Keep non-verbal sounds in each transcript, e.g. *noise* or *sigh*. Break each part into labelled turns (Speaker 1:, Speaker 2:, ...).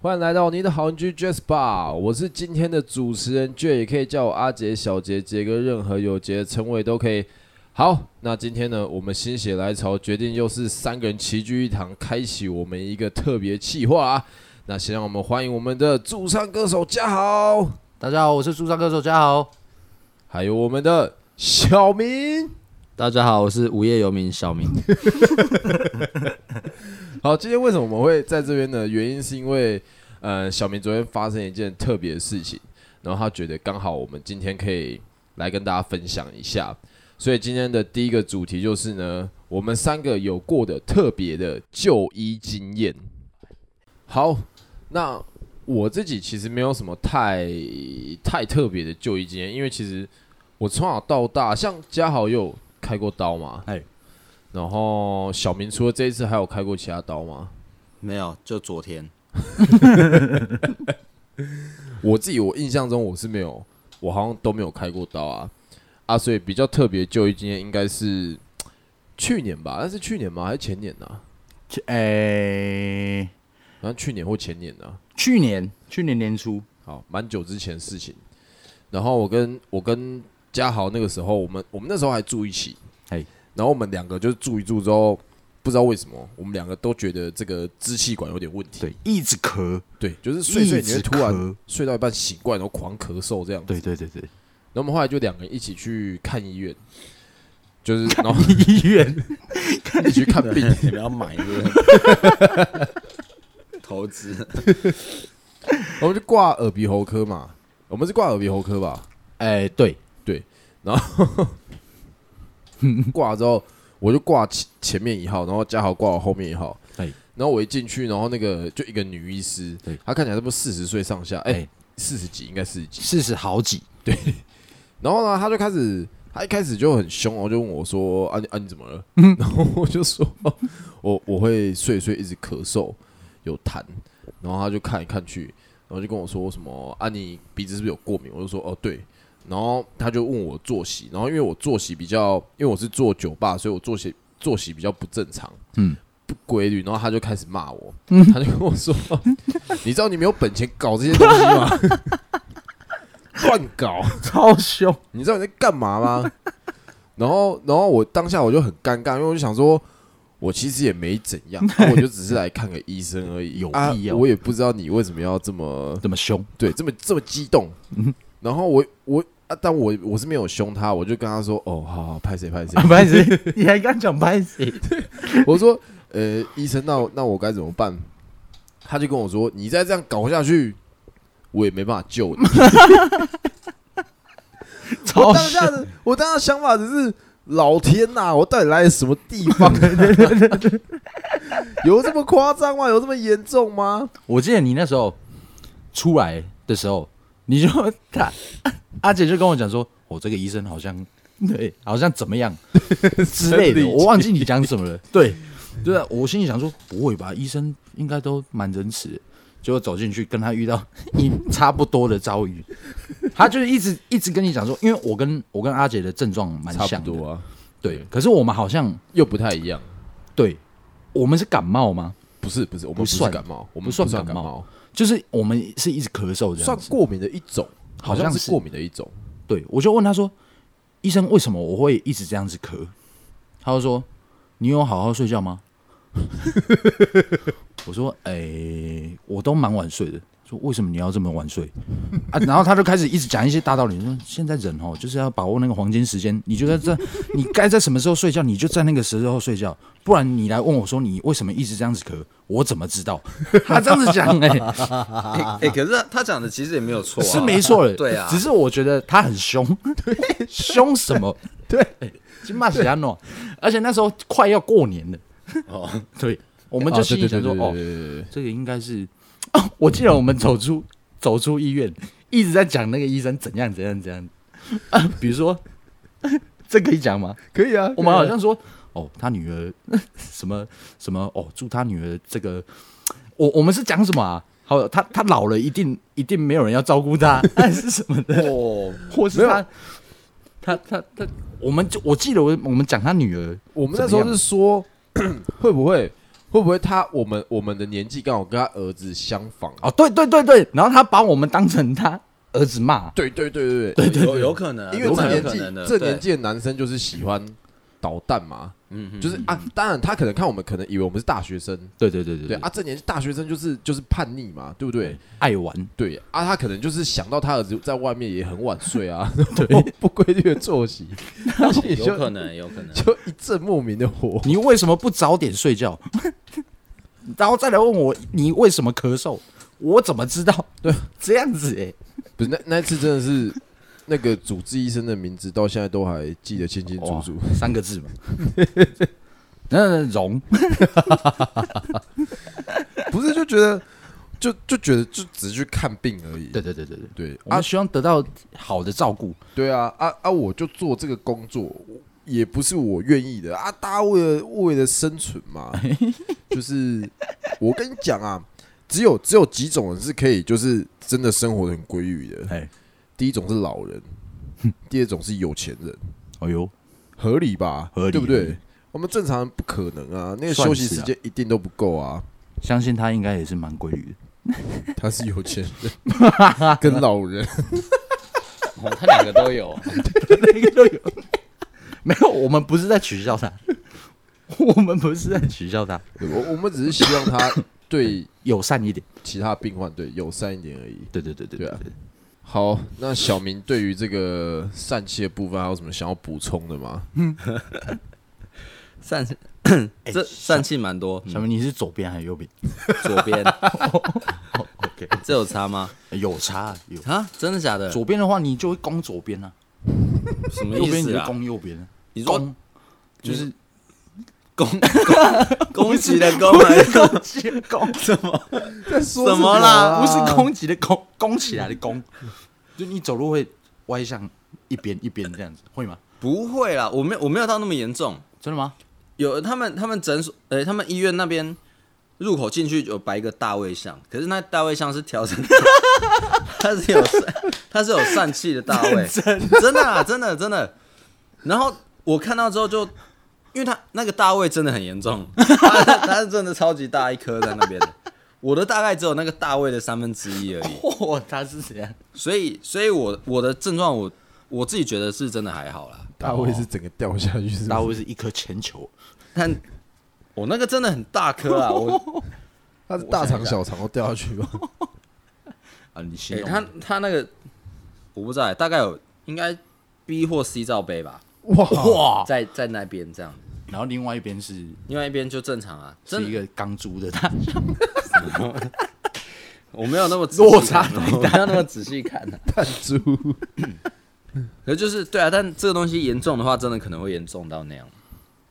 Speaker 1: 欢迎来到你的好邻居 Jazz Bar，我是今天的主持人 J，也可以叫我阿杰、小杰、杰哥，任何有杰的称谓都可以。好，那今天呢，我们心血来潮，决定又是三个人齐聚一堂，开启我们一个特别企划啊。那先让我们欢迎我们的驻唱歌手嘉豪，
Speaker 2: 大家好，我是驻唱歌手嘉豪。
Speaker 1: 还有我们的小明。
Speaker 2: 大家好，我是无业游民小明。
Speaker 1: 好，今天为什么我们会在这边呢？原因是因为，呃，小明昨天发生一件特别的事情，然后他觉得刚好我们今天可以来跟大家分享一下，所以今天的第一个主题就是呢，我们三个有过的特别的就医经验。好，那我自己其实没有什么太太特别的就医经验，因为其实我从小到大，像嘉豪也有开过刀嘛，
Speaker 2: 哎
Speaker 1: 然后小明除了这一次，还有开过其他刀吗？
Speaker 2: 没有，就昨天。
Speaker 1: 我自己我印象中我是没有，我好像都没有开过刀啊啊，所以比较特别就医经验应该是去年吧，那是去年吗？还是前年呢、啊？
Speaker 3: 去诶、
Speaker 1: 好像去年或前年呢、啊，
Speaker 3: 去年去年年初，
Speaker 1: 好，蛮久之前的事情。然后我跟我跟嘉豪那个时候，我们我们那时候还住一起，
Speaker 3: 嘿
Speaker 1: 然后我们两个就是住一住之后，不知道为什么，我们两个都觉得这个支气管有点问题，
Speaker 3: 对，一直咳，
Speaker 1: 对，就是睡睡
Speaker 3: 一
Speaker 1: 你
Speaker 3: 直
Speaker 1: 会突然
Speaker 3: 咳
Speaker 1: 睡到一半醒过来，然后狂咳嗽这样子。
Speaker 3: 对对对对，
Speaker 1: 然后我们后来就两个人一起去看医院，就是然后
Speaker 3: 医
Speaker 2: *laughs*
Speaker 3: 院
Speaker 1: 一起去看病。
Speaker 2: 你们
Speaker 3: *laughs*
Speaker 2: 要买是不是投资？
Speaker 1: 我们就挂耳鼻喉科嘛，我们是挂耳鼻喉科
Speaker 3: *laughs*
Speaker 1: 吧？
Speaker 3: 诶、对，
Speaker 1: 然后挂了之后，我就挂前前面一号，然后嘉豪挂我后面一号。
Speaker 3: 哎
Speaker 1: 然后我一进去，然后那个就一个女医师
Speaker 3: 对，
Speaker 1: 她看起来差不多四十岁上下，哎
Speaker 3: 哎，
Speaker 1: 四十几应该四十几。
Speaker 3: 四十好几，
Speaker 1: 然后呢，她就开始，她一开始就很凶，然后就问我说：“啊你啊你怎么了？”然后我就说：“哦我我会睡一睡一直咳嗽，有痰。”然后她就看一看去，然后就跟我说什么：“啊你鼻子是不是有过敏？”我就说：“哦对。”然后她就问我作息，然后因为我作息比较，因为我是做酒吧，所以我作息作息比较不正常，
Speaker 3: 嗯，
Speaker 1: 不规律。然后她就开始骂我，她就跟我说：“ *laughs* 你知道你没有本钱搞这些东西吗？ *laughs* 乱搞。”
Speaker 3: 超凶，
Speaker 1: 你知道你在干嘛吗？ *laughs* 然后，然后我当下我就很尴尬，因为我就想说，我其实也没怎 *laughs* 样，啊我就只是来看个医生而已，
Speaker 3: 有
Speaker 1: 啊
Speaker 3: 必要
Speaker 1: 我也不知道你为什么要这么
Speaker 3: 这么凶，
Speaker 1: 对这么这么激 *laughs* 动。然后我我啊，但我我是没有凶他，我就跟他说，哦，好好拍谁拍谁 *laughs*
Speaker 3: *laughs* 啊，，拍谁？你还敢讲拍谁？
Speaker 1: 我说，呃，医生，那我那我该怎么办？他就跟我说，你再这样搞下去，我也没办法救你。*laughs*
Speaker 3: 超
Speaker 1: 我当
Speaker 3: 凶
Speaker 1: 下的我当下想法只是老天呐、我到底来了什么地方、 *laughs* 有这么夸张吗？有这么严重吗？
Speaker 3: 我记得你那时候出来的时候，你就 *laughs* 他阿姐就跟我讲说，我、这个医生好像对，好像怎么样之类的，
Speaker 1: 生理
Speaker 3: 我忘记你讲什么了。对，对啊，我心里想说不会吧，医生应该都蛮仁慈的。结果走进去跟他遇到一差不多的遭遇， *laughs* 他就是一直一直跟你讲说，因为我跟我跟阿姐的症状蛮
Speaker 1: 差
Speaker 3: 像
Speaker 1: 不
Speaker 3: 的，
Speaker 1: 多啊，
Speaker 3: 对，可是我们好像
Speaker 1: 又不太一样。
Speaker 3: 对，我们是感冒吗？
Speaker 1: 不是不是，我们
Speaker 3: 不
Speaker 1: 不是
Speaker 3: 算
Speaker 1: 感冒，我们
Speaker 3: 不算
Speaker 1: 算
Speaker 3: 感
Speaker 1: 冒，
Speaker 3: 冒就是我们是一直咳嗽这样
Speaker 1: 算
Speaker 3: 子。
Speaker 1: 过敏的一种，好
Speaker 3: 好像
Speaker 1: 是
Speaker 3: 是
Speaker 1: 过敏的一种。
Speaker 3: 对，我就问他说：“医生，为什么我会一直这样子咳？”他就说：“你有好好睡觉吗？” *laughs* 我说：“哎、我都蛮晚睡的。”说：“为什么你要这么晚睡啊？”然后他就开始一直讲一些大道理，说：“现在人哦，就是要把握那个黄金时间，你就在这，你该在什么时候睡觉，你就在那个时候睡觉，不然你来问我说你为什么一直这样子咳，我怎么知道？”他这样子讲、哎，
Speaker 2: 哎、可是他讲的其实也没有错、
Speaker 3: 是没错的，
Speaker 2: 对啊
Speaker 3: 只是我觉得他很凶， *laughs* 凶什么？对，金马喜安诺，而且那时候快要过年了，哦， *laughs* 对，我
Speaker 1: 我
Speaker 3: 们就心里想说，哦，这个应该是，哦我记得我们走出走出医院，一直在讲那个医生怎样怎样怎样， *laughs* 啊，比如说， *laughs* 这可以讲吗？
Speaker 1: 可以啊，
Speaker 3: 我们好像说，哦，他女儿什么什么，哦，祝他女儿这个，我我们是讲什么啊？好，他他老 *laughs* 了，一定一定没有人要照顾他，还是什么的，
Speaker 2: 哦，
Speaker 3: 或是他他他他，我们就我记得我我们讲他女儿，
Speaker 1: 我们那时候
Speaker 3: 怎么
Speaker 1: 是说 *clears throat* 会不会会不会他我们我们的年纪刚好跟他儿子相仿？啊
Speaker 3: 哦，对对对对，然后他把我们当成他儿子骂，
Speaker 1: 对对对对对
Speaker 2: 对，有有可能啊，
Speaker 1: 因为
Speaker 2: 有可
Speaker 1: 这
Speaker 2: 能
Speaker 1: 年
Speaker 2: 有可能的，
Speaker 1: 纪这
Speaker 2: 对
Speaker 1: 年，纪的男生就是喜欢捣蛋嘛，
Speaker 2: 嗯，
Speaker 1: 就是啊，当然他可能看我们可能以为我们是大学生，
Speaker 3: 对对对对
Speaker 1: 对啊，，这年纪大学生就是就是叛逆嘛，对不对？
Speaker 3: 爱玩，
Speaker 1: 对啊，他可能就是想到他儿子在外面也很晚睡啊，
Speaker 2: *laughs*
Speaker 1: 不规律的作息，他心里
Speaker 2: 有
Speaker 1: 就
Speaker 2: 可能，有可能。
Speaker 1: 就一阵莫名的火。
Speaker 3: 你为什么不早点睡觉？ *laughs* 然后再来问我你为什么咳嗽，我怎么知道？对，这样子哎、
Speaker 1: 不是那那一次真的是那个主治医生的名字到现在都还记得清清楚楚。
Speaker 2: *laughs*
Speaker 3: 三个字嘛。 *laughs* 那容
Speaker 1: 不是就觉得就就觉得就只是去看病而已。
Speaker 3: 对对对对对，
Speaker 1: 对
Speaker 3: 我
Speaker 1: 啊
Speaker 3: 们，希望得到好的照顾。
Speaker 1: 对啊啊啊！我就做这个工作，我也不是我愿意的啊。大家为了为了生存
Speaker 3: *laughs*
Speaker 1: 嘛，就是我跟你讲啊，只有只有几种人是可以就是真的生活的很规律的。
Speaker 3: 哎，
Speaker 1: 第一种是老
Speaker 3: *laughs*
Speaker 1: 人，第二种是有钱人，
Speaker 3: 哎呦，
Speaker 1: 合理吧？
Speaker 3: 合理
Speaker 1: 对不
Speaker 3: 合
Speaker 1: 对
Speaker 3: 理？
Speaker 1: 我们正常人不可能啊，那个
Speaker 3: 算
Speaker 1: 休息
Speaker 3: 是
Speaker 1: 时
Speaker 3: 啊
Speaker 1: 间一定都不够啊。
Speaker 3: 相信他应该也是蛮规律的。
Speaker 1: 他是有钱人，
Speaker 3: *laughs*
Speaker 1: 跟老人，
Speaker 2: 哦他两个都有，
Speaker 3: 没有，我们不是在取笑他， *laughs* 我们不是在取笑他，
Speaker 1: 我我们只是希望他对
Speaker 3: 友善一点。
Speaker 1: 其他病患对友善一点而已。
Speaker 3: 对对对对
Speaker 1: 对啊好，那小明对于这个疝气的部分还有什么想要补充的吗？
Speaker 2: 疝气，这疝气蛮多，
Speaker 3: 小
Speaker 2: 嗯
Speaker 3: 明，你是左边还是右边
Speaker 2: 左边
Speaker 3: ？OK，
Speaker 2: 这有差吗？
Speaker 3: 有差有。
Speaker 2: 啊，真的假的？
Speaker 3: 左边的话，你就会攻左边啊；
Speaker 2: 什么
Speaker 3: 右
Speaker 2: 意
Speaker 3: 边你
Speaker 2: 思
Speaker 3: 就
Speaker 2: 啊？
Speaker 3: 攻右边啊。
Speaker 2: 你说
Speaker 3: *laughs* 攻就是
Speaker 2: 攻攻攻击的攻还是
Speaker 3: 攻击的攻，
Speaker 2: 什么？
Speaker 1: 在说
Speaker 2: 什么啦
Speaker 3: 不是啊攻击的攻，攻起来的攻。就你走路会歪向一边一边这样子，会吗？
Speaker 2: 不会啦，我没有我没有到那么严重。
Speaker 3: 真的吗？
Speaker 2: 有他们他们诊所，呃、他们医院那边入口进去有摆一个大卫像，可是那大卫像是调整，它是有疝它是有疝气的大卫， *laughs* 真的啊，真的真的。然后我看到之后就，因为他那个大卫真的很严重， *laughs* 他他是真的超级大一颗在那边的，我的大概只有那个大卫的三分之一而已。
Speaker 3: 嚯、他是啊怎样？
Speaker 2: 所以，所以我我的症状我，我自己觉得是真的还好啦，
Speaker 1: 大卫是整个掉下去是
Speaker 3: 大
Speaker 1: 吧？
Speaker 3: 卫是一颗铅球，
Speaker 2: 但我那个真的很大颗啊，我
Speaker 1: 他是大肠小肠都掉下去吧？
Speaker 3: 啊，你形
Speaker 2: 诶
Speaker 3: 容、
Speaker 2: 他他那个我不知道、欸大概有应该 B 或 C 罩杯吧，
Speaker 1: 哇！
Speaker 3: 哇，
Speaker 2: 在在那边这样，
Speaker 3: 然后另外一边是
Speaker 2: 另外一边就正常啊，
Speaker 3: 是一
Speaker 2: 真的
Speaker 3: 个钢珠的他，
Speaker 2: 我没有那么仔细
Speaker 3: 落差
Speaker 2: 看我没有那么仔细看 *laughs* 啊，
Speaker 1: 弹珠，
Speaker 2: 可是就是对啊，但这个东西严重的话，真的可能会严重到那样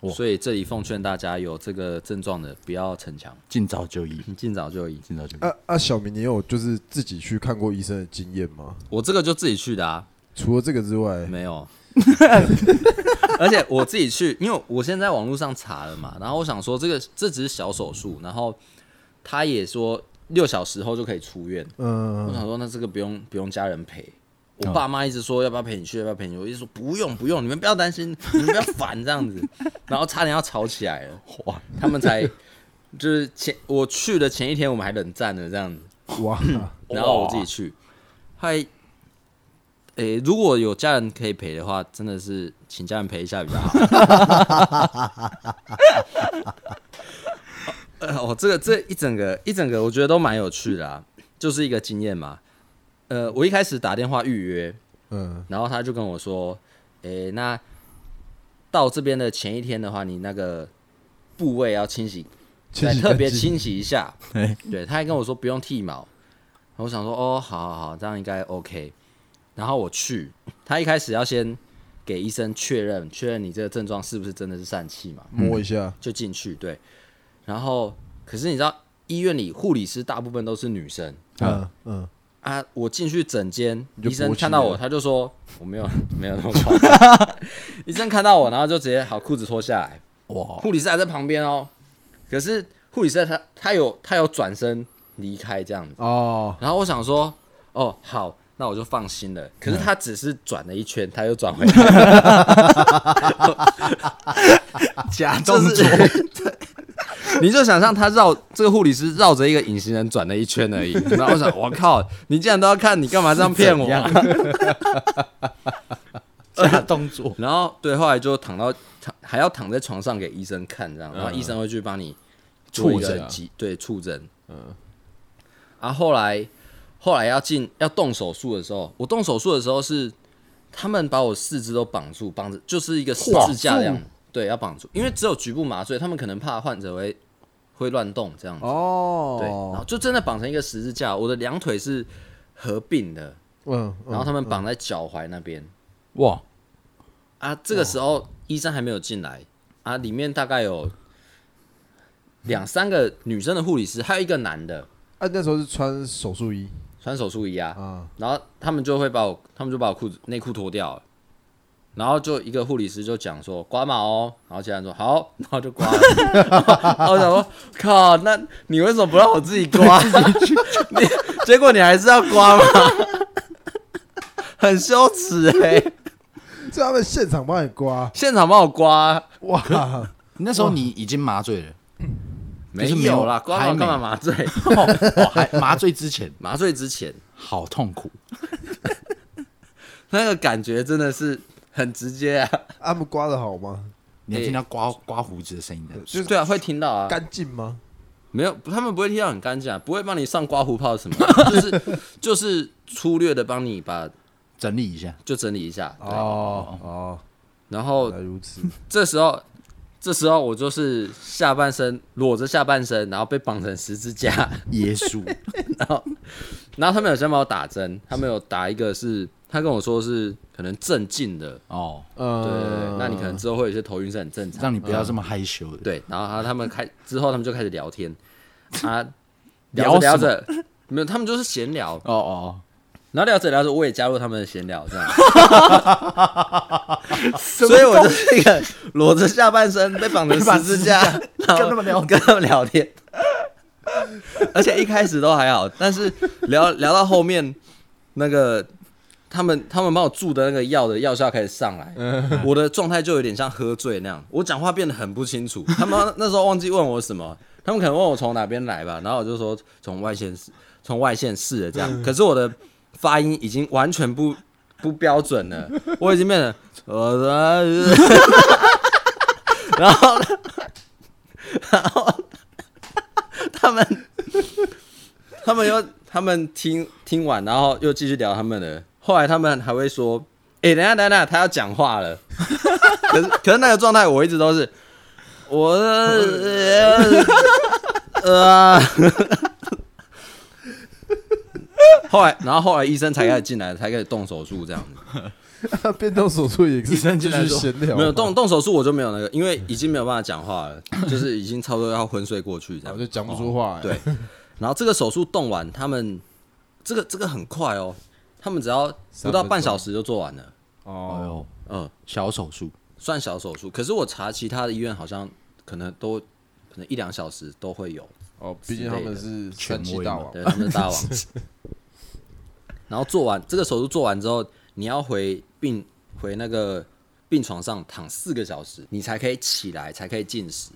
Speaker 3: 哇。
Speaker 2: 所以这里奉劝大家有这个症状的，不要逞强，
Speaker 3: 尽早就医，
Speaker 2: 你尽早就医。
Speaker 3: 尽早就医。
Speaker 1: 啊啊！小明，你有就是自己去看过医生的经验吗？
Speaker 2: 我这个就自己去的啊，
Speaker 1: 除了这个之外，
Speaker 2: 没有。 *laughs* 而且我自己去，因为我现在网络上查了嘛，然后我想说这个这只是小手术，然后他也说六小时后就可以出院。我
Speaker 1: 嗯，
Speaker 2: 想说那这个不用不用家人陪，我爸妈一直说要不要陪你去，要不要陪你去，我一直说不用不用，你们不要担心，你们不要烦这样子，然后差点要吵起来了，
Speaker 3: 哇，
Speaker 2: 他们才就是前我去的前一天我们还冷战呢这样子，嗯
Speaker 1: 哇，
Speaker 2: 然后我自己去，嗨，诶、如果有家人可以陪的话，真的是请家人陪一下比较好。呃， *laughs* 哦，这个这一整个一整个，我觉得都蛮有趣的、啊，就是一个经验嘛。呃，我一开始打电话预约，
Speaker 1: 嗯，
Speaker 2: 然后他就跟我说，诶、那到这边的前一天的话，你那个部位要清洗
Speaker 1: 清
Speaker 2: 对
Speaker 1: 洗哎
Speaker 2: 特别
Speaker 1: 干净，
Speaker 2: 清洗一下
Speaker 3: 对。
Speaker 2: 对，他还跟我说不用剃毛，然后我想说哦，好好好，这样应该 OK。然后我去，他一开始要先给医生确认，确认你这个症状是不是真的是疝气嘛，
Speaker 1: 摸一下，
Speaker 2: 就进去对。然后可是你知道医院里护理师大部分都是女生
Speaker 1: 嗯嗯，
Speaker 2: 啊，我进去诊间，
Speaker 1: 你就
Speaker 2: 医生
Speaker 1: 勃起
Speaker 2: 看到
Speaker 1: 了
Speaker 2: 我，他就说我没有 *laughs* 没有那么夸张，
Speaker 1: *laughs*
Speaker 2: 医生看到我，然后就直接好裤子脱下来。
Speaker 3: 哇，
Speaker 2: 护理师还在旁边哦，可是护理师他他有他有转身离开这样子，
Speaker 1: 哦，
Speaker 2: 然后我想说，哦好，那我就放心了。可是他只是转了一圈，他又转回来，
Speaker 3: 假
Speaker 2: 就是。 *laughs* 你就想象他绕这个护理师绕着一个隐形人转了一圈而已，然后我想，我靠，你既然都要看，你干嘛这样骗我？
Speaker 3: 假动作，
Speaker 2: 然后对，后来就躺到躺，还要躺在床上给医生看，这样，然后医生会去帮你做一
Speaker 1: 嗯触
Speaker 2: 个
Speaker 1: 诊啊
Speaker 2: 急对触诊，嗯，啊，后来后来要进要动手术的时候，我动手术的时候是他们把我四肢都绑住，绑着就是一个十字架这样，对，要绑住，因为只有局部麻醉，他们可能怕患者会会乱动这样子，对，然
Speaker 4: 哦，
Speaker 2: 后就真的绑成一个十字架，我的两腿是合并的，
Speaker 1: 嗯，
Speaker 2: 然后他们绑在脚踝那边，
Speaker 3: 哇，
Speaker 2: 啊，这个时候医生还没有进来啊，里面大概有两三个女生的护理师，还有一个男的
Speaker 1: 啊，那时候是穿手术衣
Speaker 2: 穿手术衣啊，
Speaker 1: 啊，
Speaker 2: 然后他们就会把我，他们就把我裤子内裤脱掉了，然后就一个护理师就讲说刮毛哦，然后其他人说好，然后就刮了， *laughs* 然后我想说靠，那你为什么不让我自己刮？ *laughs* 你结果你还是要刮吗？ *laughs* 很羞耻哎、
Speaker 4: 这他们现场帮你刮，
Speaker 2: 现场帮我刮，
Speaker 4: 哇，
Speaker 3: 那时候你已经麻醉了，
Speaker 2: 没
Speaker 3: 就是没有
Speaker 2: 有啦，刮
Speaker 3: 还
Speaker 2: 毛
Speaker 3: 没
Speaker 2: 干嘛麻醉？
Speaker 3: 哦，还麻醉之前
Speaker 2: 麻醉之前，
Speaker 3: 好痛苦，
Speaker 2: 那个感觉真的是很直接啊， *laughs*
Speaker 4: 他们刮的好吗？
Speaker 3: 你还听到刮刮胡子的声音的，
Speaker 4: 就是
Speaker 2: 对啊，会听到啊，
Speaker 4: 干净吗？
Speaker 2: 没有，他们不会听到很干净啊，不会帮你上刮胡泡什么，就是就是粗略的帮你把
Speaker 3: 整理一下，
Speaker 2: 就整理一下，对，
Speaker 4: 哦哦，
Speaker 2: 然后
Speaker 4: 原来如 *laughs* 此，
Speaker 2: 这时候。这时候我就是下半身裸着下半身，然后被绑成十字架， *laughs*
Speaker 3: 耶稣，
Speaker 2: 然后他们有先帮我打针，他们有打一个是，他跟我说是可能镇静的，
Speaker 3: 哦，
Speaker 2: 对对
Speaker 1: 呃
Speaker 2: 对，，那你可能之后会有一些头晕是很正常的。
Speaker 3: 让你不要这么害羞的，
Speaker 2: 对，然后他他们开之后，他们就开始聊天，啊，
Speaker 3: 聊什
Speaker 2: 聊着聊
Speaker 3: 么
Speaker 2: 着，没有，他们就是闲聊，
Speaker 3: 哦哦，
Speaker 2: 然后聊着聊着，我也加入他们的闲聊，这样，所以我就是一个裸着下半身被绑成十字架，然后
Speaker 3: 跟他们聊
Speaker 2: 跟他们聊天， *laughs* 而且一开始都还好，但是聊聊到后面那个。他们他们帮我注的那个药的药效开始上来，我的状态就有点像喝醉那样，我讲话变得很不清楚。他们那时候忘记问我什么，他们可能问我从哪边来吧，然后我就说从外县市，从外县市的这样。可是我的发音已经完全不不标准了，我已经变成 *laughs* 我的， *laughs* 然后呢然后 *laughs* 他们他们又他们听听完，然后又继续聊他们的。后来他们还会说：“哎、等一下等一下，他要讲话了。” *laughs* 可是可是那个状态，我一直都是我呃呃。 *laughs* 后来，然后后来医生才开始进来，才开始动手术这样子。
Speaker 4: 呃 *laughs* 变动手术也
Speaker 3: 医
Speaker 4: 是
Speaker 3: 生
Speaker 4: 继
Speaker 3: 进来
Speaker 4: 续
Speaker 3: 说
Speaker 4: 闲聊，
Speaker 2: 没有，动动手术，我就没有那个，因为已经没有办法讲话了，就是已经差不多要昏睡过去这
Speaker 1: 然
Speaker 2: 样
Speaker 1: 后。就讲不出话，
Speaker 2: 对，然后这个手术动完，他们这个这个很快哦，他们只要不到半小时就做完了，
Speaker 3: 哦
Speaker 1: 哦，
Speaker 3: 哟，
Speaker 2: 嗯，
Speaker 3: 小手术，
Speaker 2: 算小手术。可是我查其他的医院好像可能都可能一两小时都会有，
Speaker 1: 哦，毕竟他们是三
Speaker 3: 权
Speaker 1: 级
Speaker 3: 威
Speaker 1: 大
Speaker 3: 嘛
Speaker 1: 王，
Speaker 2: 对，他们是大王。然后做完这个手术做完之后，你要回病回那个病床上躺四个小时，你才可以起来，才可以进食。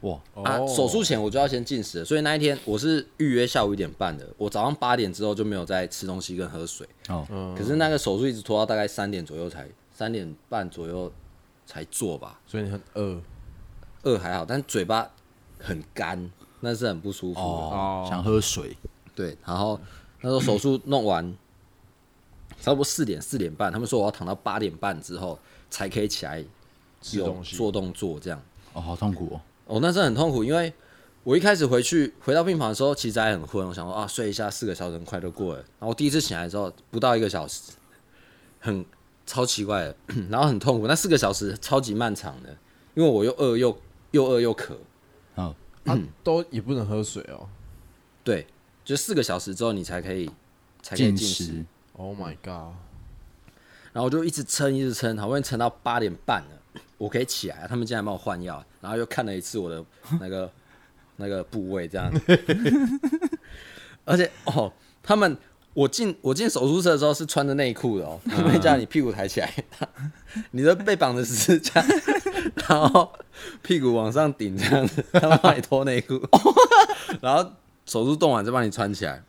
Speaker 3: 哇，
Speaker 2: 啊，
Speaker 1: 哦
Speaker 2: 手术前我就要先进食了，所以那一天我是预约下午一点半的，我早上八点之后就没有再吃东西跟喝水。
Speaker 3: 哦，
Speaker 2: 可是那个手术一直拖到大概三点左右才，三点半左右才做吧。
Speaker 1: 所以你很饿
Speaker 2: 饿还好，但嘴巴很干，那是很不舒服的。
Speaker 3: 哦，想喝水，
Speaker 2: 对，然后那时候手术弄完，差不多四点四点半，他们说我要躺到八点半之后才可以起来
Speaker 1: 吃
Speaker 2: 有
Speaker 1: 东西，
Speaker 2: 做动作这样。
Speaker 3: 哦，好痛苦哦，
Speaker 2: 哦，那真的很痛苦，因为我一开始回去回到病房的时候，其实还很昏，我想说啊，睡一下四个小时很快就过了。然后我第一次醒来之后，不到一个小时，很超奇怪的， *coughs* 然后很痛苦。那四个小时超级漫长的，因为我又饿又又饿又渴，
Speaker 3: 哦
Speaker 1: 啊
Speaker 2: 嗯
Speaker 1: 都也不能喝水哦
Speaker 2: 对，就四个小时之后你才可以才可以
Speaker 3: 进
Speaker 2: 进食。
Speaker 3: 食，
Speaker 1: ，Oh my god，
Speaker 2: 然后我就一直撑，一直撑，好不容易撑到八点半了， *coughs* 我可以起来了。他们竟然帮我换药，然后又看了一次我的那个 *laughs* 那个部位，这样。而且哦，他们我进我进手术室的时候是穿着内裤的哦，他会叫你屁股抬起来，你的被绑着十字架， *laughs* 然后屁股往上顶这样子，他们帮你脱内裤， *laughs* 然后手术动完再帮你穿起来。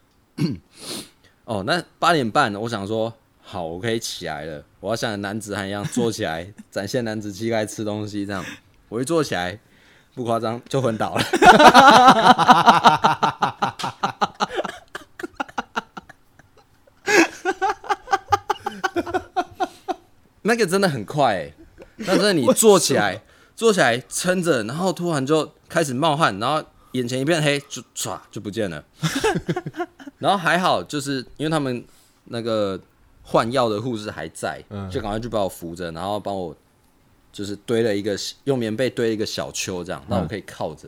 Speaker 2: 哦，那八点半我想说，好，我可以起来了，我要像个男子汉一样坐起来， *laughs* 展现男子气概，吃东西这样。我一坐起来，不夸张就昏倒了。那个真的很快、欸，那真的你坐起来，坐起来撑着，然后突然就开始冒汗，然后眼前一片黑，就唰就不见了。然后还好，就是因为他们那个换药的护士还在，就赶快去把我扶着，然后帮我就是堆了一个用棉被堆了一个小丘，这样让我可以靠着。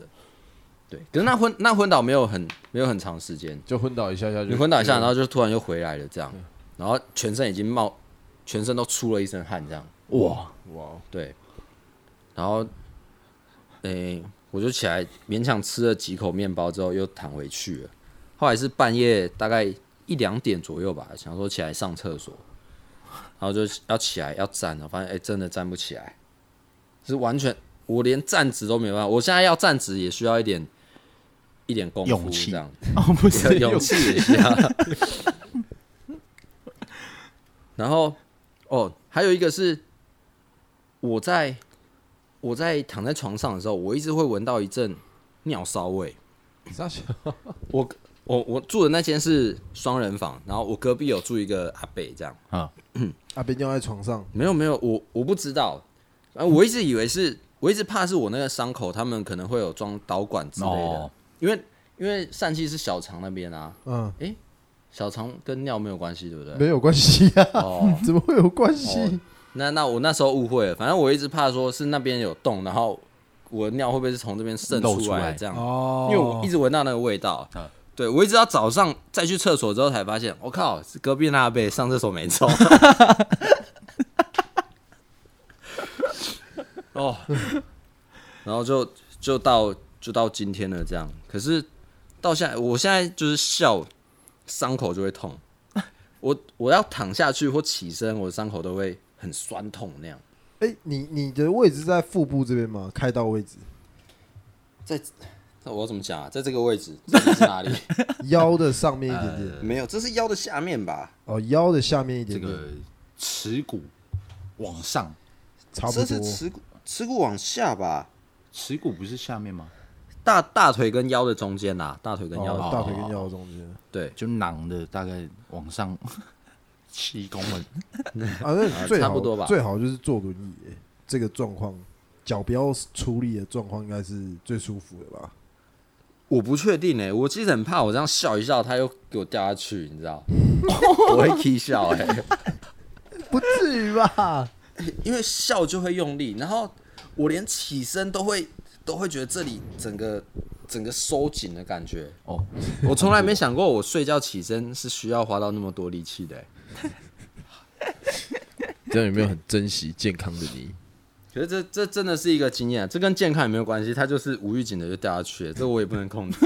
Speaker 2: 对，可是那昏那昏倒没有很没有很长时间，
Speaker 1: 就昏倒一下下就
Speaker 2: 你昏倒
Speaker 1: 嗯
Speaker 2: 一下，然后就突然又回来了，这样，然后全身已经冒，全身都出了一身汗，这样，
Speaker 3: 哇，
Speaker 1: 哇，
Speaker 2: 对，然后，诶、我就起来勉强吃了几口面包之后又躺回去了。后来是半夜大概一两点左右吧，想说起来上厕所，然后就要起来要站了，发现诶、真的站不起来，是完全我连站直都没办法。我现在要站直也需要一点一点功
Speaker 3: 勇
Speaker 2: 夫，
Speaker 3: 气
Speaker 2: 这样。
Speaker 3: 哦不
Speaker 2: 有
Speaker 3: 是
Speaker 2: 勇气 *laughs* 一下。然后哦，还有一个是我在我在躺在床上的时候，我一直会闻到一阵尿骚味。
Speaker 1: 傻小
Speaker 2: 我我我住的那间是双人房，然后我隔壁有住一个阿北，这样
Speaker 3: 啊，
Speaker 4: 啊，被尿在床上，
Speaker 2: 没有没有，我我不知道，啊，我一直以为是，我一直怕是我那个伤口，他们可能会有装导管之类的，
Speaker 3: 哦，
Speaker 2: 因为因为疝气是小肠那边啊，
Speaker 4: 嗯，
Speaker 2: 小肠跟尿没有关系，对不对？
Speaker 4: 没有关系啊，
Speaker 2: 哦，
Speaker 4: *laughs* 怎么会有关系？
Speaker 2: 那那我那时候误会了，反正我一直怕说是那边有洞，然后我的尿会不会是从这边渗
Speaker 3: 漏
Speaker 2: 出
Speaker 3: 出来
Speaker 2: 来这样？
Speaker 4: 哦
Speaker 2: 因为我一直闻到那个味道。对，我一直到早上再去厕所之后才发现，我、靠，是隔壁那阿贝上厕所没冲。哦，然后就就到就到今天了这样。可是到现在，我现在就是笑，伤口就会痛。我我要躺下去或起身，我的伤口都会很酸痛那样。
Speaker 4: 哎，你你的位置在腹部这边吗？开刀位置，
Speaker 2: 那我要怎么讲啊？在这个位置，这里是哪里？
Speaker 4: 腰的上面一点
Speaker 2: *laughs*
Speaker 4: 点，
Speaker 2: 没有，这是腰的下面吧？
Speaker 4: 哦，腰的下面一
Speaker 3: 这
Speaker 4: 点点，
Speaker 3: 个耻骨往上，
Speaker 4: 差不多。
Speaker 2: 骨耻骨往下吧？
Speaker 3: 耻骨不是下面吗？
Speaker 2: 大大腿跟腰的中间啦，大腿跟腰的、
Speaker 4: 哦，大腿跟腰中间
Speaker 2: 对
Speaker 3: 就囊的大概往上七公 *laughs* 分，
Speaker 4: *laughs* 啊，那最好
Speaker 2: 差不多吧
Speaker 4: 最好就是坐轮椅欸，这个状况脚不要出力的状况，应该是最舒服的吧？
Speaker 2: 我不确定哎、我其实很怕我这样笑一笑，他又给我掉下去，你
Speaker 4: *laughs*
Speaker 2: 知道？我会 k 笑哎、
Speaker 4: 不至于吧？
Speaker 2: *laughs* 因为笑就会用力，然后我连起身都会都会觉得这里整个整个收紧的感觉。
Speaker 3: 哦，
Speaker 2: 我从来没想过我睡觉起身是需要花到那么多力气的、欸，
Speaker 1: 这样有没有很珍惜健康的你？
Speaker 2: 可是这这真的是一个经验啊，这跟健康也没有关系，它就是无预警的就掉下去了，这我也不能控制。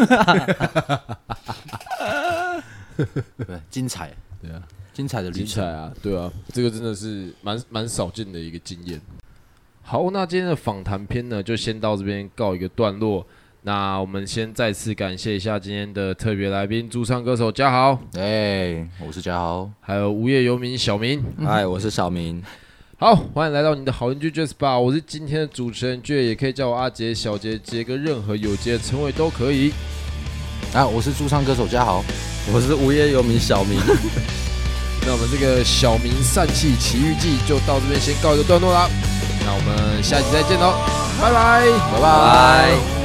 Speaker 3: 对，精彩，
Speaker 1: 对啊，
Speaker 3: 精彩的旅
Speaker 1: 精
Speaker 3: 程
Speaker 1: 彩，啊，对啊，这个真的是蛮蛮少见的一个经验。好，那今天的访谈篇呢，就先到这边告一个段落。那我们先再次感谢一下今天的特别来宾驻唱歌手嘉豪，
Speaker 3: 哎，我是嘉豪，
Speaker 1: 还有无业游民小明。
Speaker 2: *laughs* 嗨，我是小明，
Speaker 1: 好，欢迎来到你的好邻居 Jazz Bar，我是今天的主持人 J，也可以叫我阿杰、小杰、杰哥，任何有杰的称谓都可以。
Speaker 3: 啊，我是驻唱歌手嘉豪，
Speaker 2: 我是无业游民小明，
Speaker 1: 那我们这个小明散气奇遇记就到这边先告一个段落啦，那我们下期再见喽，拜拜，拜
Speaker 2: 拜。